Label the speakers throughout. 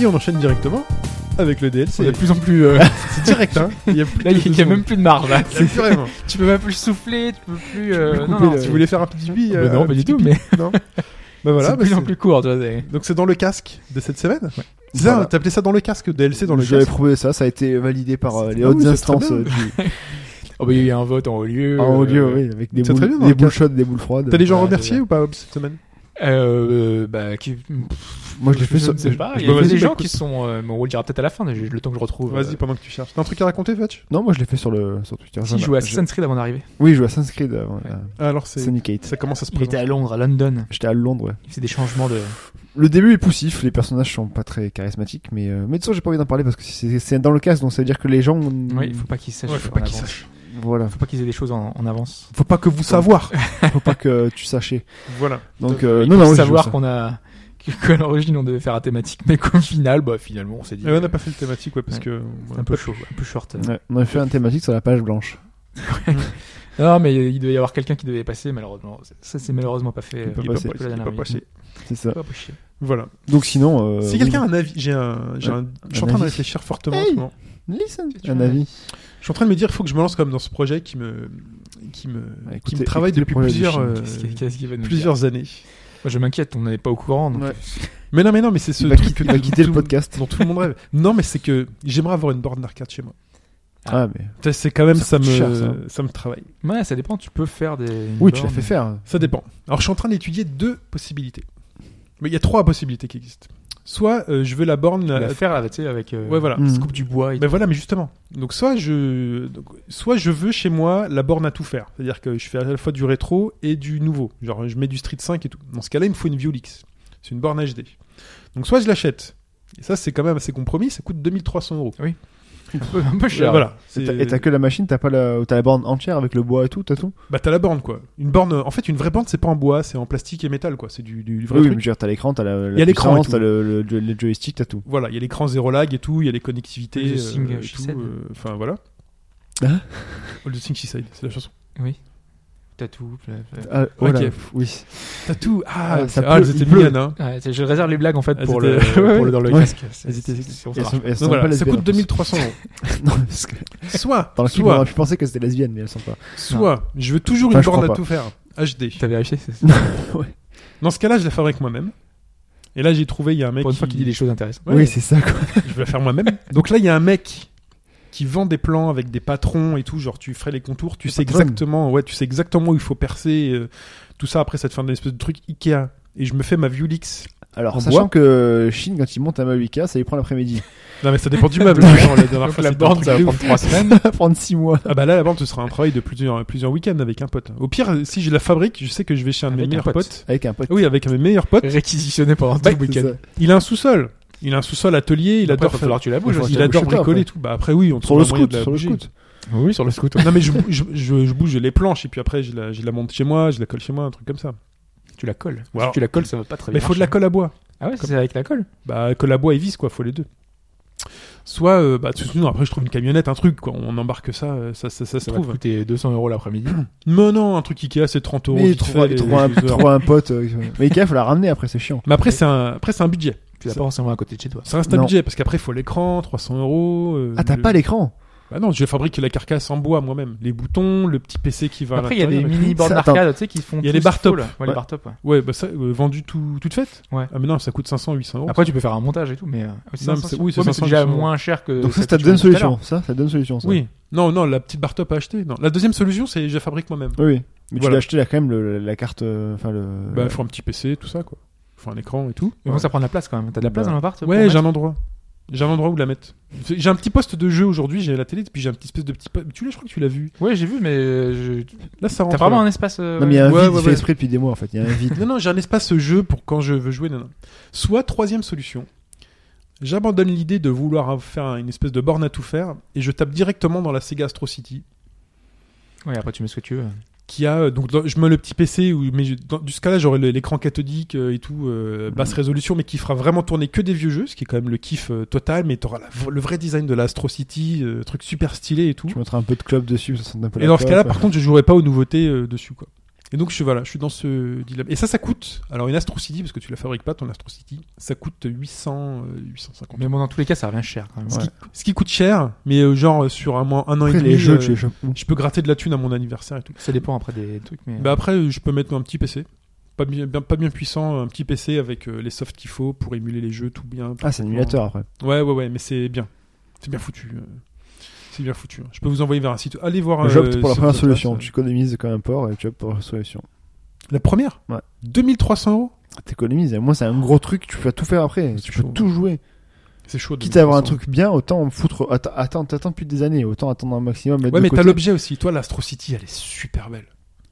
Speaker 1: Et on enchaîne directement avec le
Speaker 2: C'est
Speaker 1: DLC.
Speaker 2: de plus en plus. euh,
Speaker 1: C'est direct, hein. Il y a plus
Speaker 2: Là,
Speaker 1: de
Speaker 2: il
Speaker 1: deux
Speaker 2: n'y a
Speaker 1: secondes.
Speaker 2: même plus de marge. Là.
Speaker 1: Il y a plus rien.
Speaker 2: tu peux même plus le souffler, tu peux plus. euh,
Speaker 1: Couper
Speaker 2: non,
Speaker 1: le-
Speaker 2: non, tu
Speaker 1: Tu
Speaker 2: voulais-
Speaker 1: voulais faire un petit bi
Speaker 2: Euh,
Speaker 1: euh,
Speaker 2: non,
Speaker 1: un
Speaker 2: pas du
Speaker 1: petit
Speaker 2: tout,
Speaker 1: pipi
Speaker 2: mais
Speaker 1: Non. Bah voilà.
Speaker 2: c'est de
Speaker 1: bah
Speaker 2: plus en
Speaker 1: c'est-
Speaker 2: plus court. Tu vois, c'est-
Speaker 1: Donc c'est dans le casque de cette semaine. C'est ça,
Speaker 3: Voilà.
Speaker 1: t'appelais ça dans le casque DLC dans le
Speaker 3: J'avais
Speaker 1: casque.
Speaker 3: proposé ça, ça a été validé par euh, les
Speaker 1: Ah oui,
Speaker 3: hautes
Speaker 1: c'est très
Speaker 3: instances
Speaker 1: bien.
Speaker 3: euh, du-
Speaker 2: Oh, bah, il y a eu un vote en haut lieu.
Speaker 3: en haut lieu,
Speaker 2: euh,
Speaker 3: Ah, oui, avec des
Speaker 1: c'est très bien
Speaker 3: boules,
Speaker 1: dans
Speaker 3: des
Speaker 1: le
Speaker 3: boules
Speaker 1: cas.
Speaker 3: chaudes, des boules froides.
Speaker 1: T'as les gens
Speaker 2: Ouais,
Speaker 1: remerciés ou pas Hobbs, cette semaine
Speaker 2: Euh, bah, qui...
Speaker 3: Moi, je l'ai fait
Speaker 2: je
Speaker 3: sur.
Speaker 2: ne sais pas. Il y
Speaker 1: bah,
Speaker 2: a
Speaker 1: vas-y,
Speaker 2: des
Speaker 1: bah,
Speaker 2: gens
Speaker 1: écoute.
Speaker 2: qui sont. euh, mais on le dira peut-être à la fin, mais j'ai- le temps que je retrouve.
Speaker 1: Vas-y,
Speaker 2: euh,
Speaker 1: pendant que tu cherches. T'as un truc à raconter, Fetch
Speaker 3: Non, moi je l'ai fait sur le sur Twitter.
Speaker 2: Si,
Speaker 3: J'en-
Speaker 2: je
Speaker 1: bah,
Speaker 2: jouais à
Speaker 3: je-
Speaker 2: Assassin's Creed avant d'arriver.
Speaker 3: Oui, je joue à Assassin's Creed. euh, voilà.
Speaker 1: Alors c'est
Speaker 3: Sunny Kate.
Speaker 1: ça commence à se
Speaker 2: Il était
Speaker 1: présenter.
Speaker 2: à Londres, à London.
Speaker 3: J'étais à Londres. ouais.
Speaker 2: Il faisait des changements de.
Speaker 3: Le début est poussif, les personnages sont pas très charismatiques, mais euh, mais de toute façon, j'ai pas envie d'en parler parce que c'est c'est dans le casque, donc ça veut dire que les gens. mm,
Speaker 2: Oui, il faut pas qu'ils sachent.
Speaker 1: Mm. Ouais, faut
Speaker 2: en
Speaker 1: pas qu'ils
Speaker 2: avance.
Speaker 1: sachent.
Speaker 3: Voilà,
Speaker 2: Faut pas qu'ils aient des choses en, en avance.
Speaker 1: Faut pas que vous savoir.
Speaker 3: faut pas que tu sachais.
Speaker 1: Voilà.
Speaker 3: Donc euh,
Speaker 2: Il
Speaker 3: non,
Speaker 2: faut
Speaker 3: non, oui, je joue à
Speaker 2: savoir
Speaker 3: ça.
Speaker 2: qu'on a qu'à l'origine on devait faire la thématique, mais qu'au final, bah finalement on s'est dit.
Speaker 1: Et on n'a pas fait le thématique, ouais, parce
Speaker 2: Ouais.
Speaker 1: que.
Speaker 2: C'est
Speaker 1: ouais,
Speaker 2: un peu
Speaker 1: pas-
Speaker 2: chaud, un peu short.
Speaker 3: Ouais, on a fait un thématique sur la page blanche.
Speaker 2: Non, mais il devait y avoir quelqu'un qui devait passer, malheureusement. Ça, c'est malheureusement pas fait.
Speaker 3: Il peut
Speaker 2: euh,
Speaker 1: il
Speaker 3: pas
Speaker 1: est
Speaker 3: passer.
Speaker 1: pas
Speaker 2: Il est
Speaker 1: passé, il est
Speaker 2: pas
Speaker 1: pas passé.
Speaker 3: C'est ça.
Speaker 2: pas possible.
Speaker 1: Voilà.
Speaker 3: Donc sinon. euh,
Speaker 1: Si quelqu'un a un avis, j'ai un, j'ai
Speaker 3: Ouais.
Speaker 1: un, je suis en train de
Speaker 3: avis.
Speaker 1: réfléchir fortement en
Speaker 3: Hey.
Speaker 1: ce moment.
Speaker 3: oui. Listen,
Speaker 2: tu
Speaker 3: un
Speaker 2: veux.
Speaker 3: avis.
Speaker 1: Je suis en train de me dire, il faut que je me lance comme dans ce projet qui me, qui me,
Speaker 3: Ouais,
Speaker 1: qui
Speaker 3: écoutez-
Speaker 1: me travaille
Speaker 3: écoutez le
Speaker 1: depuis
Speaker 3: projet du
Speaker 1: plusieurs,
Speaker 3: chien.
Speaker 1: euh,
Speaker 2: Qu'est-ce qu'il qu'est-ce qu'il va nous dire
Speaker 1: plusieurs années.
Speaker 2: Moi, je m'inquiète, on n'est pas au courant. Donc...
Speaker 3: Ouais.
Speaker 1: Mais non, mais non, mais c'est ce
Speaker 3: Il va
Speaker 1: truc
Speaker 3: quitter- il va
Speaker 1: dont
Speaker 3: quitter le
Speaker 1: tout-
Speaker 3: podcast.
Speaker 1: dont tout le monde rêve. Non, mais c'est que j'aimerais avoir une borne d'arcade chez moi.
Speaker 3: Ah mais
Speaker 1: Putain, C'est quand même ça,
Speaker 3: Ça coûte
Speaker 1: me,
Speaker 3: cher,
Speaker 1: ça.
Speaker 3: ça.
Speaker 1: me travaille.
Speaker 2: Ouais, ça dépend. Tu peux faire des.
Speaker 3: oui, tu l'as
Speaker 2: bornes.
Speaker 3: fait faire.
Speaker 1: Ça dépend. Alors je suis en train d'étudier deux possibilités. Mais il y a trois possibilités qui existent. Soit euh, je veux la borne,
Speaker 2: Tu
Speaker 1: la-
Speaker 2: l'as fait faire, là, tu sais, avec. euh,
Speaker 1: ouais voilà.
Speaker 3: Mm.
Speaker 2: Scoop du bois. Et
Speaker 1: Ben voilà, mais justement. Donc soit je, donc, soit je veux chez moi la borne à tout faire, c'est-à-dire que je fais à la fois du rétro et du nouveau. Genre je mets du Street 5 et tout. Dans ce cas-là, il me faut une Violix. C'est une borne HD. Donc soit je l'achète. Et ça, c'est quand même assez compromis. Ça coûte 2300 euros.
Speaker 2: tout. Un peu- Un peu
Speaker 1: Euh,
Speaker 2: cher.
Speaker 1: Voilà.
Speaker 3: Et
Speaker 1: C'est-
Speaker 3: t'as- Et t'as que la machine, t'as pas la, ou t'as la borne entière avec le bois et tout, t'as tout.
Speaker 1: Bah t'as la borne quoi. Une borne. En fait, une vraie borne, c'est pas en bois, c'est en plastique et métal quoi. C'est du, du vrai
Speaker 3: Oui,
Speaker 1: truc.
Speaker 3: oui, mais je veux dire, t'as l'écran, t'as la, la
Speaker 1: Il y a l'écran et
Speaker 3: puissance,
Speaker 1: tout.
Speaker 3: t'as le, le, le- le joystick, t'as tout.
Speaker 1: Voilà, il y a l'écran zéro lag et tout, il y a les connectivités,
Speaker 2: Le
Speaker 1: euh,
Speaker 2: Sing,
Speaker 1: et
Speaker 2: she
Speaker 1: tout,
Speaker 2: said.
Speaker 1: euh, Enfin voilà. Oh,
Speaker 3: Hein
Speaker 1: Le Sing She Said, c'est la chanson.
Speaker 2: Oui. Tatou. pla- pla-
Speaker 3: Ah,
Speaker 1: Ok.
Speaker 3: voilà, oui.
Speaker 1: T'as tout. Ah,
Speaker 3: Ah, ça
Speaker 1: c'est- ah,
Speaker 3: pleut,
Speaker 1: elles
Speaker 3: il
Speaker 1: étaient
Speaker 3: pleut.
Speaker 1: mignonnes. Hein.
Speaker 2: Ouais, c'est- je réserve les blagues en fait
Speaker 1: Elles
Speaker 2: pour,
Speaker 1: étaient-
Speaker 2: le, pour le dans le
Speaker 3: Ouais.
Speaker 2: casque. C'est-
Speaker 1: Elles étaient-
Speaker 2: c'est- c'est- on
Speaker 3: Elles
Speaker 2: saura.
Speaker 3: sont- elles sont
Speaker 1: Donc
Speaker 3: pas
Speaker 1: voilà, ça
Speaker 3: lesbiennes, en
Speaker 1: coûte
Speaker 3: plus.
Speaker 1: 2300 euros.
Speaker 3: non, parce que
Speaker 1: Soit,
Speaker 3: dans le film, on
Speaker 1: soit,
Speaker 3: aurait pu penser que c'était lesbienne, mais elles sont pas.
Speaker 1: soit, je veux toujours une
Speaker 3: Enfin, je
Speaker 1: borne à
Speaker 3: crois
Speaker 1: tout faire. HD.
Speaker 2: T'as vérifié c'est-
Speaker 1: Dans ce cas-là, je la fabrique moi-même. Et là, j'ai trouvé, il y a un mec
Speaker 2: Pour une
Speaker 1: qui...
Speaker 2: fois qu'il dit des choses intéressantes.
Speaker 1: Ouais,
Speaker 3: Oui, c'est ça, quoi.
Speaker 1: je vais la faire moi-même. Donc là, il y a un mec qui vend des plans avec des patrons et tout, genre tu ferais les contours, tu
Speaker 3: Des
Speaker 1: sais
Speaker 3: patrons.
Speaker 1: exactement, ouais, tu sais exactement où il faut percer, euh, tout ça après ça te fait un espèce de truc Ikea et je me fais ma Viewlix. En
Speaker 3: Alors, sachant
Speaker 1: bois.
Speaker 3: que Shin, quand il monte à Mavica, ça lui prend l'après-midi.
Speaker 1: Non mais ça dépend du meuble. Genre, la dernière
Speaker 2: Donc,
Speaker 1: fois,
Speaker 2: la
Speaker 1: c'était un
Speaker 2: borne,
Speaker 1: truc
Speaker 2: ça
Speaker 1: de
Speaker 2: va
Speaker 1: ouf.
Speaker 2: prendre 3 semaines.
Speaker 3: Ça va prendre 6 mois.
Speaker 1: Ah bah là la borne ce sera un travail de plusieurs plusieurs week-ends avec un pote. Au pire si je la fabrique, je sais que je vais chez un de mes
Speaker 2: Avec un
Speaker 1: meilleurs
Speaker 2: pote.
Speaker 1: potes.
Speaker 3: Avec un pote.
Speaker 1: Ah Oui, avec un de mes meilleurs potes.
Speaker 2: Réquisitionné pendant tout
Speaker 1: Ouais,
Speaker 2: le
Speaker 3: C'est
Speaker 2: week-end.
Speaker 3: ça.
Speaker 1: Il a un sous-sol. Il a un sous-sol atelier. Bah, Il
Speaker 2: Après,
Speaker 1: adore
Speaker 2: va
Speaker 1: faire.
Speaker 2: falloir que tu la bouges
Speaker 3: faut
Speaker 2: aussi.
Speaker 3: que
Speaker 1: Il
Speaker 3: la
Speaker 1: adore
Speaker 3: bouge,
Speaker 1: bricoler
Speaker 3: après.
Speaker 1: et tout. Bah après oui, on
Speaker 3: Sur
Speaker 1: trouve
Speaker 3: le
Speaker 1: un moyen
Speaker 3: scoot,
Speaker 1: de la
Speaker 3: sur le
Speaker 1: bouger.
Speaker 3: scoot.
Speaker 2: Oui, sur le scoot.
Speaker 1: Non mais je, je, je, je bouge les planches et puis après je la, je la monte chez moi, je la colle chez moi, un truc comme ça.
Speaker 2: Tu la colles.
Speaker 1: Wow.
Speaker 2: Si tu la colles, ça va pas très
Speaker 1: Mais
Speaker 2: bien.
Speaker 1: faut de la
Speaker 3: hein.
Speaker 2: marcher.
Speaker 1: colle à bois.
Speaker 2: Ah ouais, c'est avec la colle.
Speaker 1: Bah colle à bois et vis quoi, faut les deux. Soit euh, bah tout- sinon après je trouve une camionnette, un truc quoi, on embarque ça, euh, ça ça, ça se
Speaker 2: Ça va te
Speaker 1: trouve.
Speaker 2: coûter 200 euros l'après-midi.
Speaker 1: Mais non, un truc Ikea c'est 30 euros.
Speaker 3: Mais il
Speaker 1: qui te
Speaker 3: trouve
Speaker 1: fait
Speaker 3: il
Speaker 1: les-
Speaker 3: trouve un,
Speaker 1: les heures.
Speaker 3: trouve un pote. euh, Mais Ika, faut la ramener après, c'est chiant.
Speaker 1: Mais après c'est un après c'est un budget.
Speaker 2: Tu
Speaker 1: Ça-
Speaker 2: l'as pas forcément à côté de chez toi.
Speaker 1: Ça reste un
Speaker 3: Non.
Speaker 1: budget parce qu'après faut l'écran, 300 euros. euh,
Speaker 3: Ah, t'as
Speaker 1: le-
Speaker 3: pas l'écran
Speaker 1: Bah non, je fabrique la carcasse en bois moi-même, les boutons, le petit PC qui va. à
Speaker 2: Après, il y a des
Speaker 1: l'intérieur et
Speaker 2: mini bornes
Speaker 3: Ça, attends.
Speaker 2: d'arcade, tu sais, qui font.
Speaker 1: Il y a
Speaker 2: tout
Speaker 1: les
Speaker 2: ce
Speaker 1: bar
Speaker 2: qu'il faut,
Speaker 1: top.
Speaker 2: là. Ouais,
Speaker 1: Ouais.
Speaker 2: les bar top. ouais.
Speaker 1: tout. Ouais, bah ça euh, vendu tout toute faite.
Speaker 2: Ouais.
Speaker 1: Ah mais non, ça coûte 500 800 euros.
Speaker 2: Après, tu peux faire un montage et tout, mais. euh,
Speaker 1: Non, mais
Speaker 2: 500,
Speaker 1: c'est- oui, c'est
Speaker 2: ouais, mais
Speaker 1: 500,
Speaker 2: déjà
Speaker 1: justement.
Speaker 2: moins cher que.
Speaker 3: Donc, ça,
Speaker 2: celle que
Speaker 3: ça te
Speaker 2: tu
Speaker 3: donne
Speaker 2: faisais tout à
Speaker 3: solution. Ça, ça donne solution. ça.
Speaker 1: Oui. Non, non, la petite bar top à acheter. Non. La deuxième solution, c'est je la fabrique moi-même.
Speaker 3: Oui, oui. Mais tu
Speaker 1: Voilà.
Speaker 3: l'as acheté là quand même le- la carte. euh, Enfin, le.
Speaker 1: Bah, il faut un petit PC, tout ça, quoi. Il faut un écran et tout.
Speaker 2: l'heure. Mais bon, ça prend de la place quand même. T'as de la place
Speaker 3: Bah.
Speaker 2: dans l'appart
Speaker 1: Ouais, j'ai un endroit. J'ai un endroit où la mettre. J'ai un petit poste de jeu aujourd'hui, j'ai la télé, puis j'ai un petit espèce de petit. po- Tu l'as, je crois que tu l'as vu.
Speaker 2: Ouais, j'ai vu, mais. euh, je-
Speaker 1: Là, ça rentre.
Speaker 2: T'as vraiment
Speaker 1: là.
Speaker 2: un espace. euh,
Speaker 3: Non, mais il y a un
Speaker 1: Ouais,
Speaker 3: vide,
Speaker 1: ouais,
Speaker 3: il fait
Speaker 1: ouais.
Speaker 3: esprit depuis des mois en fait. Il y a un vide.
Speaker 1: Non, non, j'ai un espace jeu pour quand je veux jouer. Non, non. Soit, troisième solution, j'abandonne l'idée de vouloir faire une espèce de borne à tout faire et je tape directement dans la Sega Astro City.
Speaker 2: Ouais, après, tu mets ce que tu veux.
Speaker 1: qui a euh, donc dans- je mets le petit PC où mais je- dans- du cas là j'aurai le- l'écran cathodique euh, et tout euh, basse résolution mais qui fera vraiment tourner que des vieux jeux ce qui est quand même le kiff euh, total mais t'auras la v- le vrai design de la Astro City euh, truc super stylé et tout
Speaker 3: Tu mettras un peu de club dessus, ça sent un peu
Speaker 1: et
Speaker 3: la
Speaker 1: dans ce
Speaker 3: clope.
Speaker 1: cas là par contre je jouerai pas aux nouveautés euh, dessus quoi Et donc, je, voilà, je suis dans ce dilemme. Et ça, ça coûte. Alors, une Astro City, parce que tu la fabriques pas, ton Astro City, ça coûte 800, euh, 850
Speaker 2: Mais bon, dans tous les cas, ça revient cher quand même.
Speaker 1: Ce,
Speaker 3: Ouais.
Speaker 1: qui, ce qui coûte cher, mais euh, genre euh, sur un, mois, un an et
Speaker 3: Après,
Speaker 1: demi,
Speaker 3: les jeux
Speaker 1: euh,
Speaker 3: de chez Japon.
Speaker 1: je peux gratter de la thune à mon anniversaire et tout.
Speaker 2: Ça dépend après des trucs, mais.
Speaker 1: Bah après, euh, je peux mettre un petit PC, pas bien, bien- pas bien puissant, un petit PC avec euh, les softs qu'il faut pour émuler les jeux, tout bien.
Speaker 3: Ah, c'est un émulateur après.
Speaker 1: Ouais, ouais, ouais, mais c'est bien, c'est bien foutu, euh, c'est bien foutu. hein. Je peux vous envoyer vers un site. Allez voir.
Speaker 3: J'opte
Speaker 1: euh,
Speaker 3: pour la
Speaker 1: ce
Speaker 3: première
Speaker 1: podcast.
Speaker 3: solution. Tu économises quand même un port et tu optes pour la solution.
Speaker 1: La première.
Speaker 3: Ouais.
Speaker 1: 2300 euros.
Speaker 3: T'économises. et Moi, c'est un gros truc. Tu peux tout faire après.
Speaker 1: C'est
Speaker 3: Tu peux
Speaker 1: chaud.
Speaker 3: tout jouer.
Speaker 1: C'est chaud.
Speaker 3: Quitte à avoir un
Speaker 1: 2300.
Speaker 3: truc bien, autant me foutre. Attends, attends, t'attends depuis des années. Autant attendre un maximum. mettre
Speaker 1: Ouais,
Speaker 3: euh, de
Speaker 1: mais t'as
Speaker 3: côté.
Speaker 1: l'objet aussi. Toi, l'Astro City, elle est super belle.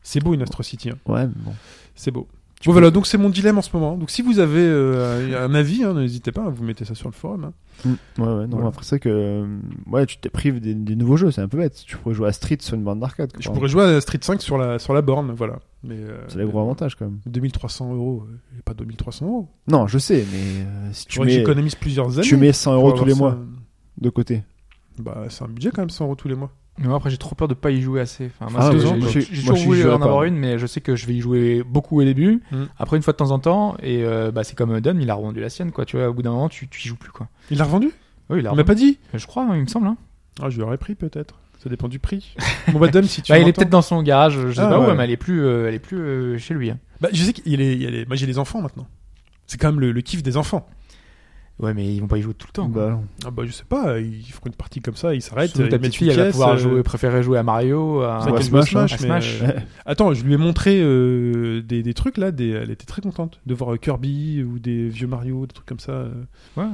Speaker 1: C'est beau une Astro City. hein.
Speaker 3: Ouais, mais bon.
Speaker 1: C'est beau. Bon, voilà, donc c'est mon dilemme en ce moment. Donc si vous avez euh, un avis, hein, n'hésitez pas, vous mettez ça sur le forum. hein.
Speaker 3: Mm. Ouais, ouais, non,
Speaker 1: Voilà.
Speaker 3: après c'est que. euh, Ouais, tu te prives des, des nouveaux jeux, c'est un peu bête. Tu pourrais jouer à Street sur une bande d'arcade. quoi.
Speaker 1: Je pourrais jouer à Street 5 sur la, sur la borne, voilà. Mais euh,
Speaker 3: C'est le gros avantage quand même.
Speaker 1: 2300 euros, euh, j'ai pas 2300 euros.
Speaker 3: Non, je sais, mais euh, si
Speaker 1: Tu
Speaker 3: tu mets,
Speaker 1: j'économise plusieurs années.
Speaker 3: tu mets 100 euros
Speaker 1: pour
Speaker 3: tous les
Speaker 1: avoir
Speaker 3: mois
Speaker 1: ça.
Speaker 3: de côté.
Speaker 1: Bah, c'est un budget quand même, 100 euros tous les mois.
Speaker 2: Mais moi, après, j'ai trop peur de pas y jouer assez. Enfin, moi,
Speaker 3: Ah,
Speaker 2: c'est-
Speaker 1: ouais,
Speaker 2: j'ai-
Speaker 1: moi,
Speaker 2: j'ai
Speaker 3: je-
Speaker 2: j'ai
Speaker 3: moi,
Speaker 2: toujours
Speaker 3: je
Speaker 2: voulu
Speaker 3: jouerai
Speaker 2: en
Speaker 3: pas,
Speaker 2: avoir
Speaker 3: ouais.
Speaker 2: une, mais je sais que je vais y jouer beaucoup au début.
Speaker 1: Mm.
Speaker 2: Après, une fois de temps en temps, et euh, bah, c'est comme Don, il a revendu la sienne, quoi. Tu vois, au bout d'un moment, tu, tu y joues plus, quoi. Ah
Speaker 1: Il l'a revendu
Speaker 2: Oui, il a
Speaker 1: Il m'a pas dit
Speaker 2: revendu. Je crois, hein, il me semble. hein.
Speaker 1: Ah, je lui aurais pris peut-être. Ça dépend du prix. Bon, bah, Dom, si tu
Speaker 2: Bah, il est
Speaker 1: m'entends-
Speaker 2: peut-être dans son garage, je sais
Speaker 1: Ah,
Speaker 2: pas où,
Speaker 3: ouais.
Speaker 2: mais elle est plus, euh, elle est plus euh, chez lui. hein.
Speaker 1: Bah, je sais qu'il est, il y a les- Moi, j'ai les enfants maintenant. C'est quand même le, le kiff des enfants.
Speaker 2: Ouais, mais ils vont pas y jouer tout le temps. quoi.
Speaker 3: Bah, non.
Speaker 1: Ah, bah, je sais pas, ils font une partie comme ça, ils s'arrêtent.
Speaker 2: Surtout
Speaker 1: ils
Speaker 2: ta
Speaker 1: mettent
Speaker 2: petite
Speaker 1: une
Speaker 2: fille, elle va
Speaker 1: pièce,
Speaker 2: pouvoir
Speaker 1: euh,
Speaker 2: jouer, préférer jouer à Mario, à,
Speaker 1: C'est vrai
Speaker 3: Ouais,
Speaker 1: qu'elle joue à
Speaker 3: Smash,
Speaker 1: Smash,
Speaker 2: hein.
Speaker 1: mais,
Speaker 2: À Smash.
Speaker 1: euh, Attends, je lui ai montré euh, des, des trucs là, des- elle était très contente de voir euh, Kirby ou des vieux Mario, des trucs comme ça. euh.
Speaker 2: Ouais.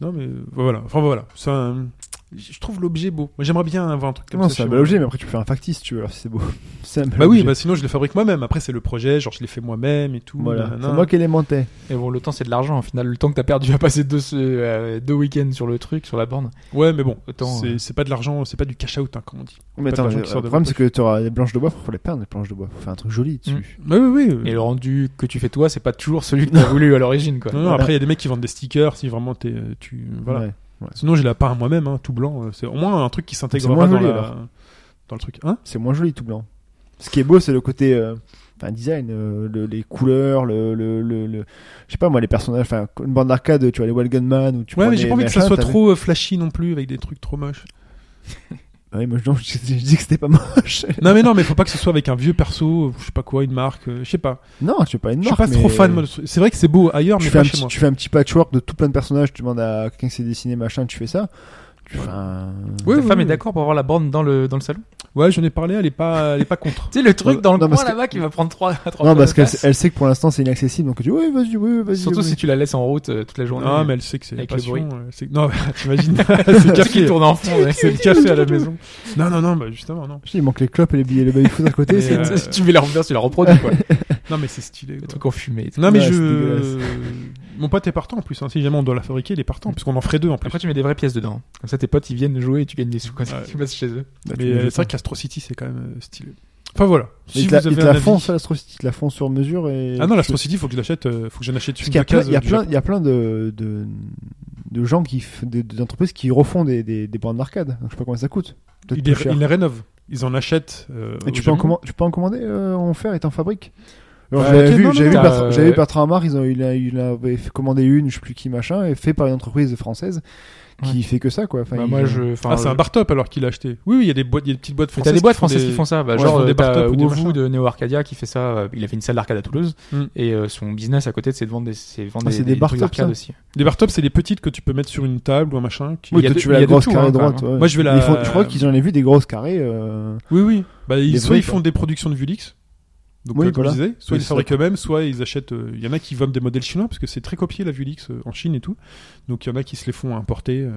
Speaker 1: Non mais euh, voilà, enfin voilà, c'est un- je trouve l'objet beau. Moi j'aimerais bien avoir un truc comme
Speaker 3: Non,
Speaker 1: ça.
Speaker 3: c'est un
Speaker 1: chez
Speaker 3: bel
Speaker 1: moi.
Speaker 3: objet, mais après tu peux faire un factice si tu veux, alors si c'est beau. c'est un bel
Speaker 1: Bah oui,
Speaker 3: objet.
Speaker 1: bah sinon je le fabrique moi-même. Après c'est le projet, genre je l'ai fait moi-même et tout.
Speaker 3: voilà.
Speaker 1: nanana.
Speaker 3: C'est moi qui élémentais.
Speaker 2: Et bon, le temps, c'est de l'argent. Au final, le temps que t'as perdu à passer deux, se- euh, deux week-ends sur le truc, sur la borne.
Speaker 1: Ouais, mais bon,
Speaker 2: Autant,
Speaker 1: c'est c'est pas de l'argent, c'est pas du cash out hein, comme on dit.
Speaker 3: Mais
Speaker 1: Pas
Speaker 3: attends,
Speaker 1: d'argent
Speaker 3: le
Speaker 1: qui sort de
Speaker 3: problème
Speaker 1: ma
Speaker 3: c'est que tu auras des planches de bois, faut les peindre, les planches de bois. Faut faire un truc joli dessus.
Speaker 1: Oui, oui, oui.
Speaker 2: Et le rendu que tu fais toi, c'est pas toujours celui que t'as voulu à l'origine, quoi.
Speaker 1: Non, non, après il y a des mecs qui vendent des stickers si vraiment t'es, euh, tu voilà.
Speaker 3: Ouais.
Speaker 1: Sinon j'ai la part à moi-même, hein, tout blanc. euh, C'est au moins un truc qui s'intègre
Speaker 3: C'est
Speaker 1: pas
Speaker 3: moins
Speaker 1: dans,
Speaker 3: joli,
Speaker 1: la-
Speaker 3: alors.
Speaker 1: dans le truc. Hein
Speaker 3: C'est moins joli tout blanc. Ce qui est beau, c'est le côté euh, enfin, design, euh, le- les couleurs, le, le, le, le- je sais pas moi, les personnages, enfin une bande d'arcade, tu vois les Wild Gunman ou tu
Speaker 1: Ouais,
Speaker 3: prends
Speaker 1: mais j'ai
Speaker 3: les
Speaker 1: pas envie que ça
Speaker 3: machins,
Speaker 1: soit
Speaker 3: t'as-
Speaker 1: trop euh, flashy non plus avec des trucs trop moches.
Speaker 3: Ouais, Ah moi je, non, je- je dis que c'était pas moche.
Speaker 1: non, mais non, mais faut pas que ce soit avec un vieux perso, euh, je sais pas quoi, une marque, euh, je sais pas.
Speaker 3: non, tu veux pas une
Speaker 1: Je suis
Speaker 3: marque.
Speaker 1: pas
Speaker 3: mais-
Speaker 1: trop fan. moi, de ce truc. C'est vrai que c'est beau ailleurs,
Speaker 3: tu
Speaker 1: mais
Speaker 3: fais,
Speaker 1: pas
Speaker 3: un
Speaker 1: chez
Speaker 3: petit,
Speaker 1: moi.
Speaker 3: tu fais un petit patchwork de tout plein de personnages, tu demandes à quelqu'un qui s'est dessiné machin, tu fais ça. Tu fais un...
Speaker 1: Oui,
Speaker 2: La
Speaker 1: oui,
Speaker 2: femme
Speaker 1: oui.
Speaker 2: est d'accord pour avoir la borne dans le, dans le salon.
Speaker 1: Ouais, j'en ai parlé, elle est pas, elle est pas contre.
Speaker 2: Tu sais, le truc
Speaker 3: Non,
Speaker 2: dans le
Speaker 3: non,
Speaker 2: coin
Speaker 3: parce que-
Speaker 2: là-bas qui va prendre 3 trois
Speaker 3: Non,
Speaker 2: fois
Speaker 3: parce
Speaker 2: de
Speaker 3: qu'elle
Speaker 2: place.
Speaker 3: elle sait que pour l'instant c'est inaccessible, donc elle dit oui, vas-y, oui, vas-y.
Speaker 2: Surtout
Speaker 3: vas-y.
Speaker 2: si tu la laisses en route euh, toute la journée.
Speaker 1: Non, mais elle sait que c'est la
Speaker 2: Avec le
Speaker 1: passion.
Speaker 2: bruit.
Speaker 1: euh, c'est- Non, t'imagines, c'est le
Speaker 2: le truc qui
Speaker 1: café.
Speaker 2: tourne en fond. ouais.
Speaker 1: C'est le café à la maison. Non, non, non, bah justement, non.
Speaker 3: Je dis, il manque les clopes et les billets, le baby foot à côté.
Speaker 1: Mais,
Speaker 3: c'est-
Speaker 1: euh,
Speaker 2: Si tu mets l'ambiance, tu la reproduis, quoi.
Speaker 1: Non, mais c'est stylé.
Speaker 2: Le
Speaker 1: quoi.
Speaker 2: truc en fumée. et tout.
Speaker 1: Non, mais
Speaker 3: Ouais, c'est
Speaker 1: je.
Speaker 3: dégueulasse. Mm.
Speaker 1: Mon pote est partant en plus. hein. Si jamais on doit la fabriquer, il est partant. Parce qu'on en ferait deux en plus.
Speaker 2: Après, tu mets des vraies pièces dedans. Comme ça, tes potes, ils viennent jouer et tu gagnes des sous quand
Speaker 1: Ouais.
Speaker 2: tu passes chez eux.
Speaker 3: Bah, tu
Speaker 1: mais
Speaker 3: mets
Speaker 1: euh,
Speaker 3: le
Speaker 1: c'est vrai
Speaker 3: temps.
Speaker 1: qu'Astro City, c'est quand même euh, stylé. Enfin voilà.
Speaker 3: Ils
Speaker 1: Si
Speaker 3: te
Speaker 1: vous
Speaker 3: la- ils
Speaker 1: avez
Speaker 3: te
Speaker 1: un
Speaker 3: la
Speaker 1: avis-
Speaker 3: font, ça, l'Astro City, ils te la font sur mesure. Et...
Speaker 1: Ah non, l'Astro City, faut que je l'achète. euh, faut que j'en achète
Speaker 3: Parce
Speaker 1: une
Speaker 3: qu'il y a
Speaker 1: de
Speaker 3: plein,
Speaker 1: 15,
Speaker 3: il y a
Speaker 1: du
Speaker 3: plein,
Speaker 1: Japon.
Speaker 3: il y a plein de, de, de gens qui, f- des- des entreprises qui refont des, des, des bandes d'arcade. Donc, je sais pas combien ça coûte. Peut-être
Speaker 1: Ils
Speaker 3: plus
Speaker 1: les,
Speaker 3: cher.
Speaker 1: ils les rénovent. Ils en achètent. euh,
Speaker 3: Et
Speaker 1: au
Speaker 3: tu peux, en
Speaker 1: Japon.
Speaker 3: comman- tu peux en commander, euh, en faire et t'en fabriques Alors,
Speaker 1: Ouais,
Speaker 3: j'avais
Speaker 1: ok,
Speaker 3: vu,
Speaker 1: non, non, non.
Speaker 3: j'avais vu
Speaker 2: T'as,
Speaker 3: Bertrand,
Speaker 2: euh,
Speaker 3: j'avais vu Bertrand Amar, ils ont, il, a, il avait fait commander une, je sais plus qui, machin, et fait par une entreprise française qui fait que ça, quoi. Enfin,
Speaker 2: Bah,
Speaker 3: ils-
Speaker 2: moi, je. enfin,
Speaker 1: Ah, c'est
Speaker 2: je-
Speaker 1: un bar top alors qu'il a acheté. Oui, oui, il y a des boîtes, il y a des petites boîtes
Speaker 2: Mais
Speaker 1: françaises.
Speaker 2: T'as des boîtes
Speaker 1: font
Speaker 2: françaises
Speaker 1: des-
Speaker 2: qui font ça, bah,
Speaker 1: Ouais,
Speaker 2: genre
Speaker 1: ils font des
Speaker 2: euh, t'as
Speaker 1: bar-top ou des machins.
Speaker 2: Wovu de Neo Arcadia qui fait ça. euh, Il a fait une salle d'arcade à Toulouse
Speaker 1: Mm.
Speaker 2: et euh, son business à côté c'est de vendre des, c'est vendre
Speaker 3: Ah,
Speaker 2: des,
Speaker 3: c'est
Speaker 2: des
Speaker 3: des
Speaker 2: trucs
Speaker 3: bar-top,
Speaker 2: d'arcade
Speaker 3: ça
Speaker 2: aussi.
Speaker 1: Des bar top, c'est les petites que tu peux mettre sur une table ou un machin. Qui...
Speaker 3: Oui,
Speaker 2: il y a
Speaker 3: toi,
Speaker 2: de-
Speaker 3: tu veux la
Speaker 2: il y a de
Speaker 3: grosse
Speaker 2: tout,
Speaker 3: carré
Speaker 2: hein, quand
Speaker 3: droite.
Speaker 2: même.
Speaker 3: ouais.
Speaker 1: Moi, je vais la-
Speaker 3: Ils font- je crois qu'ils en avaient vu des grosses carrés. euh,
Speaker 1: Oui, oui. Bah, ils,
Speaker 3: Des
Speaker 1: soit
Speaker 3: vrais,
Speaker 1: ils font
Speaker 3: quoi.
Speaker 1: des productions de Vulix. Donc,
Speaker 3: Oui,
Speaker 1: euh, comme
Speaker 3: voilà.
Speaker 1: je disais, soit
Speaker 3: Oui,
Speaker 1: ils
Speaker 3: c'est
Speaker 1: fabriquent eux-mêmes, soit ils achètent. euh, Il y en a qui vendent des modèles chinois parce que c'est très copié la Vulix euh, en Chine et tout. Donc il y en a qui se les font importer. euh,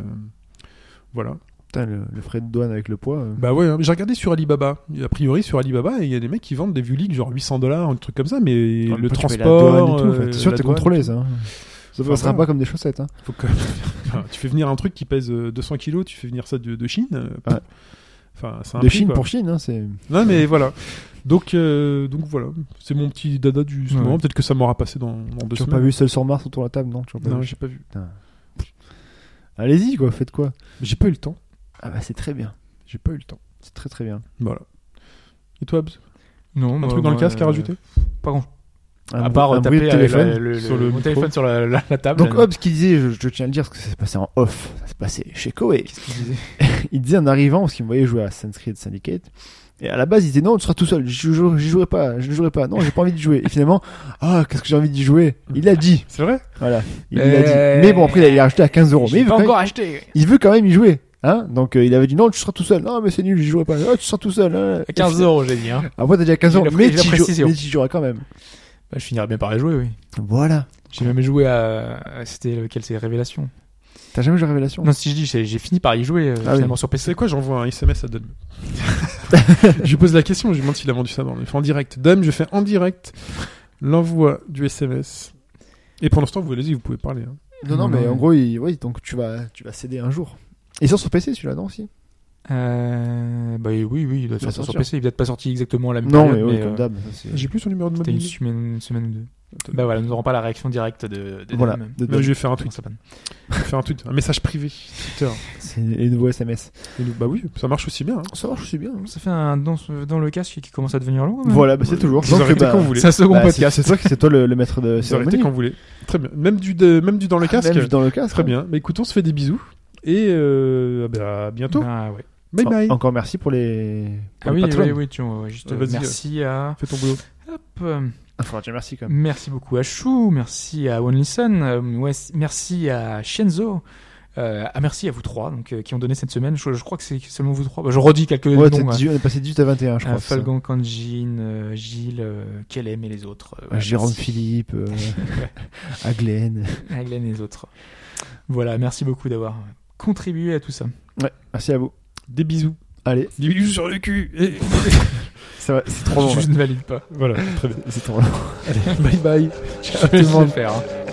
Speaker 1: Voilà.
Speaker 3: Putain, le, le frais de douane avec le poids. euh.
Speaker 1: Bah ouais, hein. j'ai regardé sur Alibaba. Et A priori, sur Alibaba, il y a des mecs qui vendent des Vulix genre 800 dollars, un truc comme ça, mais
Speaker 3: Enfin,
Speaker 1: le
Speaker 3: après, tu fais la
Speaker 1: transport.
Speaker 3: douane et tout, en fait.
Speaker 1: euh,
Speaker 3: T'es sûr
Speaker 1: la
Speaker 3: que t'es
Speaker 1: douane,
Speaker 3: contrôlé, ça. hein. Ça
Speaker 1: Enfin,
Speaker 3: passera
Speaker 1: voilà.
Speaker 3: pas comme des chaussettes. hein.
Speaker 1: Faut que- Enfin, tu fais venir un truc qui pèse euh, 200 kilos, tu fais venir ça de, de Chine. euh, pff.
Speaker 3: Ouais.
Speaker 1: Enfin, c'est un
Speaker 3: De
Speaker 1: prix,
Speaker 3: Chine
Speaker 1: quoi.
Speaker 3: pour Chine, hein, c'est.
Speaker 1: Non, mais voilà. Donc, euh, donc voilà, c'est mon petit dada du ce
Speaker 2: Ouais.
Speaker 1: moment. Peut-être que ça m'aura passé dans, dans deux
Speaker 3: Tu as pas
Speaker 1: semaines.
Speaker 3: vu Seul sur Mars autour de la table, non Tu as pas
Speaker 1: non,
Speaker 3: vu
Speaker 1: j'ai pas vu.
Speaker 3: Allez-y, quoi, faites quoi
Speaker 1: J'ai pas eu le temps.
Speaker 3: Ah bah c'est très bien.
Speaker 1: J'ai pas eu le temps.
Speaker 3: C'est très très bien.
Speaker 1: Voilà. Et toi, Abs
Speaker 2: Non, bah,
Speaker 1: Un
Speaker 2: euh,
Speaker 1: truc dans le casque à rajouter
Speaker 2: Pas grand.
Speaker 3: Un
Speaker 2: À
Speaker 3: bruit-
Speaker 2: part
Speaker 3: un
Speaker 2: taper
Speaker 3: bruit de téléphone.
Speaker 1: sur
Speaker 2: sur
Speaker 1: le
Speaker 2: le, mon
Speaker 1: micro.
Speaker 2: téléphone sur la, la- la table.
Speaker 3: Donc Hobbes qui disait, je, je tiens à le dire, parce que ça s'est passé en off, ça s'est passé chez Koei.
Speaker 2: Qu'est-ce qu'il disait
Speaker 3: Il disait en arrivant, parce qu'il me voyait jouer à Assassin's Creed Syndicate, et à la base il disait non, tu seras tout seul, j'y jouerai, j'y jouerai pas, je ne jouerai pas, non, j'ai pas envie de jouer. Et finalement, ah, qu'est-ce que j'ai envie d'y jouer Il l'a dit,
Speaker 1: C'est vrai
Speaker 3: voilà, il
Speaker 2: Euh,
Speaker 3: l'a dit. Mais bon, après il a- il l'a acheté à 15 euros, mais il
Speaker 2: J'ai
Speaker 3: veut,
Speaker 2: pas
Speaker 3: quand même,
Speaker 2: encore acheté.
Speaker 3: il veut quand même y jouer. Hein Donc euh, il avait dit non, tu seras tout seul, non, mais c'est nul, j'y jouerai pas, Ah, tu seras tout seul. hein.
Speaker 2: À 15 euros, j'ai dit. Hein.
Speaker 3: Après t'as dit à 15
Speaker 2: Il
Speaker 3: euros,
Speaker 2: a pris
Speaker 3: mais
Speaker 2: la
Speaker 3: tu
Speaker 2: précision.
Speaker 3: joueras quand même.
Speaker 2: Bah, je finirais bien par les jouer, oui.
Speaker 3: Voilà,
Speaker 2: J'ai même joué à. à- C'était lequel C'est Révélation.
Speaker 3: t'as jamais joué à Révélation
Speaker 2: Non, si je dis, j'ai j'ai fini par y jouer euh,
Speaker 3: Ah oui.
Speaker 2: finalement sur
Speaker 1: C'est
Speaker 2: PC.
Speaker 1: quoi J'envoie un SMS à Dom. je lui pose la question, je lui demande s'il a vendu sa borne. Il fait en direct. Dom, je fais en direct l'envoi du SMS. Et pendant ce temps, vous allez-y, vous pouvez parler. hein.
Speaker 3: Non,
Speaker 2: Non,
Speaker 3: non, mais
Speaker 2: non.
Speaker 3: en gros, il- oui, donc tu vas, tu vas céder un jour. Et sur sur PC, celui-là, non, si
Speaker 2: Euh, bah oui, oui, il doit
Speaker 3: Il doit
Speaker 2: sortir sur
Speaker 3: sortir.
Speaker 2: PC. Il est peut-être pas sorti exactement à la même
Speaker 3: Non, mais,
Speaker 2: période,
Speaker 3: oui,
Speaker 2: mais,
Speaker 3: comme
Speaker 2: euh,
Speaker 3: d'hab. ça, c'est-
Speaker 1: J'ai plus son numéro de
Speaker 2: C'était une
Speaker 1: mobile.
Speaker 2: semaine, une semaine ou deux. Bah voilà, nous n'aurons pas la réaction directe de. de
Speaker 3: Voilà.
Speaker 2: Dom.
Speaker 3: de-
Speaker 1: Là, je
Speaker 3: de-
Speaker 1: vais faire un
Speaker 2: Comment
Speaker 1: tweet,
Speaker 2: ça s'appelle
Speaker 1: je vais faire un tweet, un message privé. Twitter.
Speaker 3: C'est les nouveaux SMS.
Speaker 1: Et nous- bah oui, ça marche aussi bien. hein.
Speaker 3: Ça marche, c'est bien. hein.
Speaker 2: Ça fait un dans, ce- dans le casque qui commence à devenir long.
Speaker 3: Voilà, bah, c'est toujours.
Speaker 1: Vous arrêtez quand vous voulez.
Speaker 2: C'est un second
Speaker 3: Bah, c'est-
Speaker 2: podcast.
Speaker 3: c'est toi, qui- c'est toi le, le maître de
Speaker 1: Vous arrêtez
Speaker 3: cérémonie.
Speaker 1: quand vous voulez. Très bien. Même du, de- Ah, même du dans le casque.
Speaker 3: Même dans le casque. hein.
Speaker 1: Très bien. Mais écoute, on se fait des bisous. Et euh, bah, à bientôt.
Speaker 2: Ah ouais.
Speaker 1: Bye
Speaker 3: En-
Speaker 1: bye.
Speaker 3: Encore merci pour les. Pour
Speaker 2: Ah
Speaker 3: les
Speaker 2: oui,
Speaker 3: patrons.
Speaker 2: oui, oui, tu vois, juste,
Speaker 1: Euh, vas-y,
Speaker 2: merci à.
Speaker 1: Fais ton boulot.
Speaker 2: Hop, euh,
Speaker 3: Ah, faudra dire merci quand même.
Speaker 2: merci beaucoup à Chou, merci à Onlyson, euh, ouais, merci à Shenzo. Euh, ah, merci à vous trois donc, euh, qui ont donné cette semaine. Je, je crois que c'est seulement vous trois. Bah, je redis quelques
Speaker 3: Ouais, t'es
Speaker 2: noms. hein.
Speaker 3: dix- on est passé de 18 à 21, je
Speaker 2: Euh,
Speaker 3: crois. c'est ça.
Speaker 2: Falcon Kanjin, euh, Gilles, euh, Kellem et les autres. Euh,
Speaker 3: À
Speaker 2: ouais,
Speaker 3: Jérôme
Speaker 2: merci.
Speaker 3: Philippe, euh, à Glenn.
Speaker 2: À Glenn et les autres. Voilà, merci beaucoup d'avoir contribué à tout ça.
Speaker 3: Ouais, merci à vous.
Speaker 1: Des bisous.
Speaker 3: Allez,
Speaker 1: Des bisous sur le cul. Et...
Speaker 3: ça va, c'est trop long.
Speaker 2: je
Speaker 3: là.
Speaker 2: ne valide pas.
Speaker 1: voilà, très bien.
Speaker 3: C'est trop long.
Speaker 1: Allez, bye bye.
Speaker 2: Je vais le faire. hein.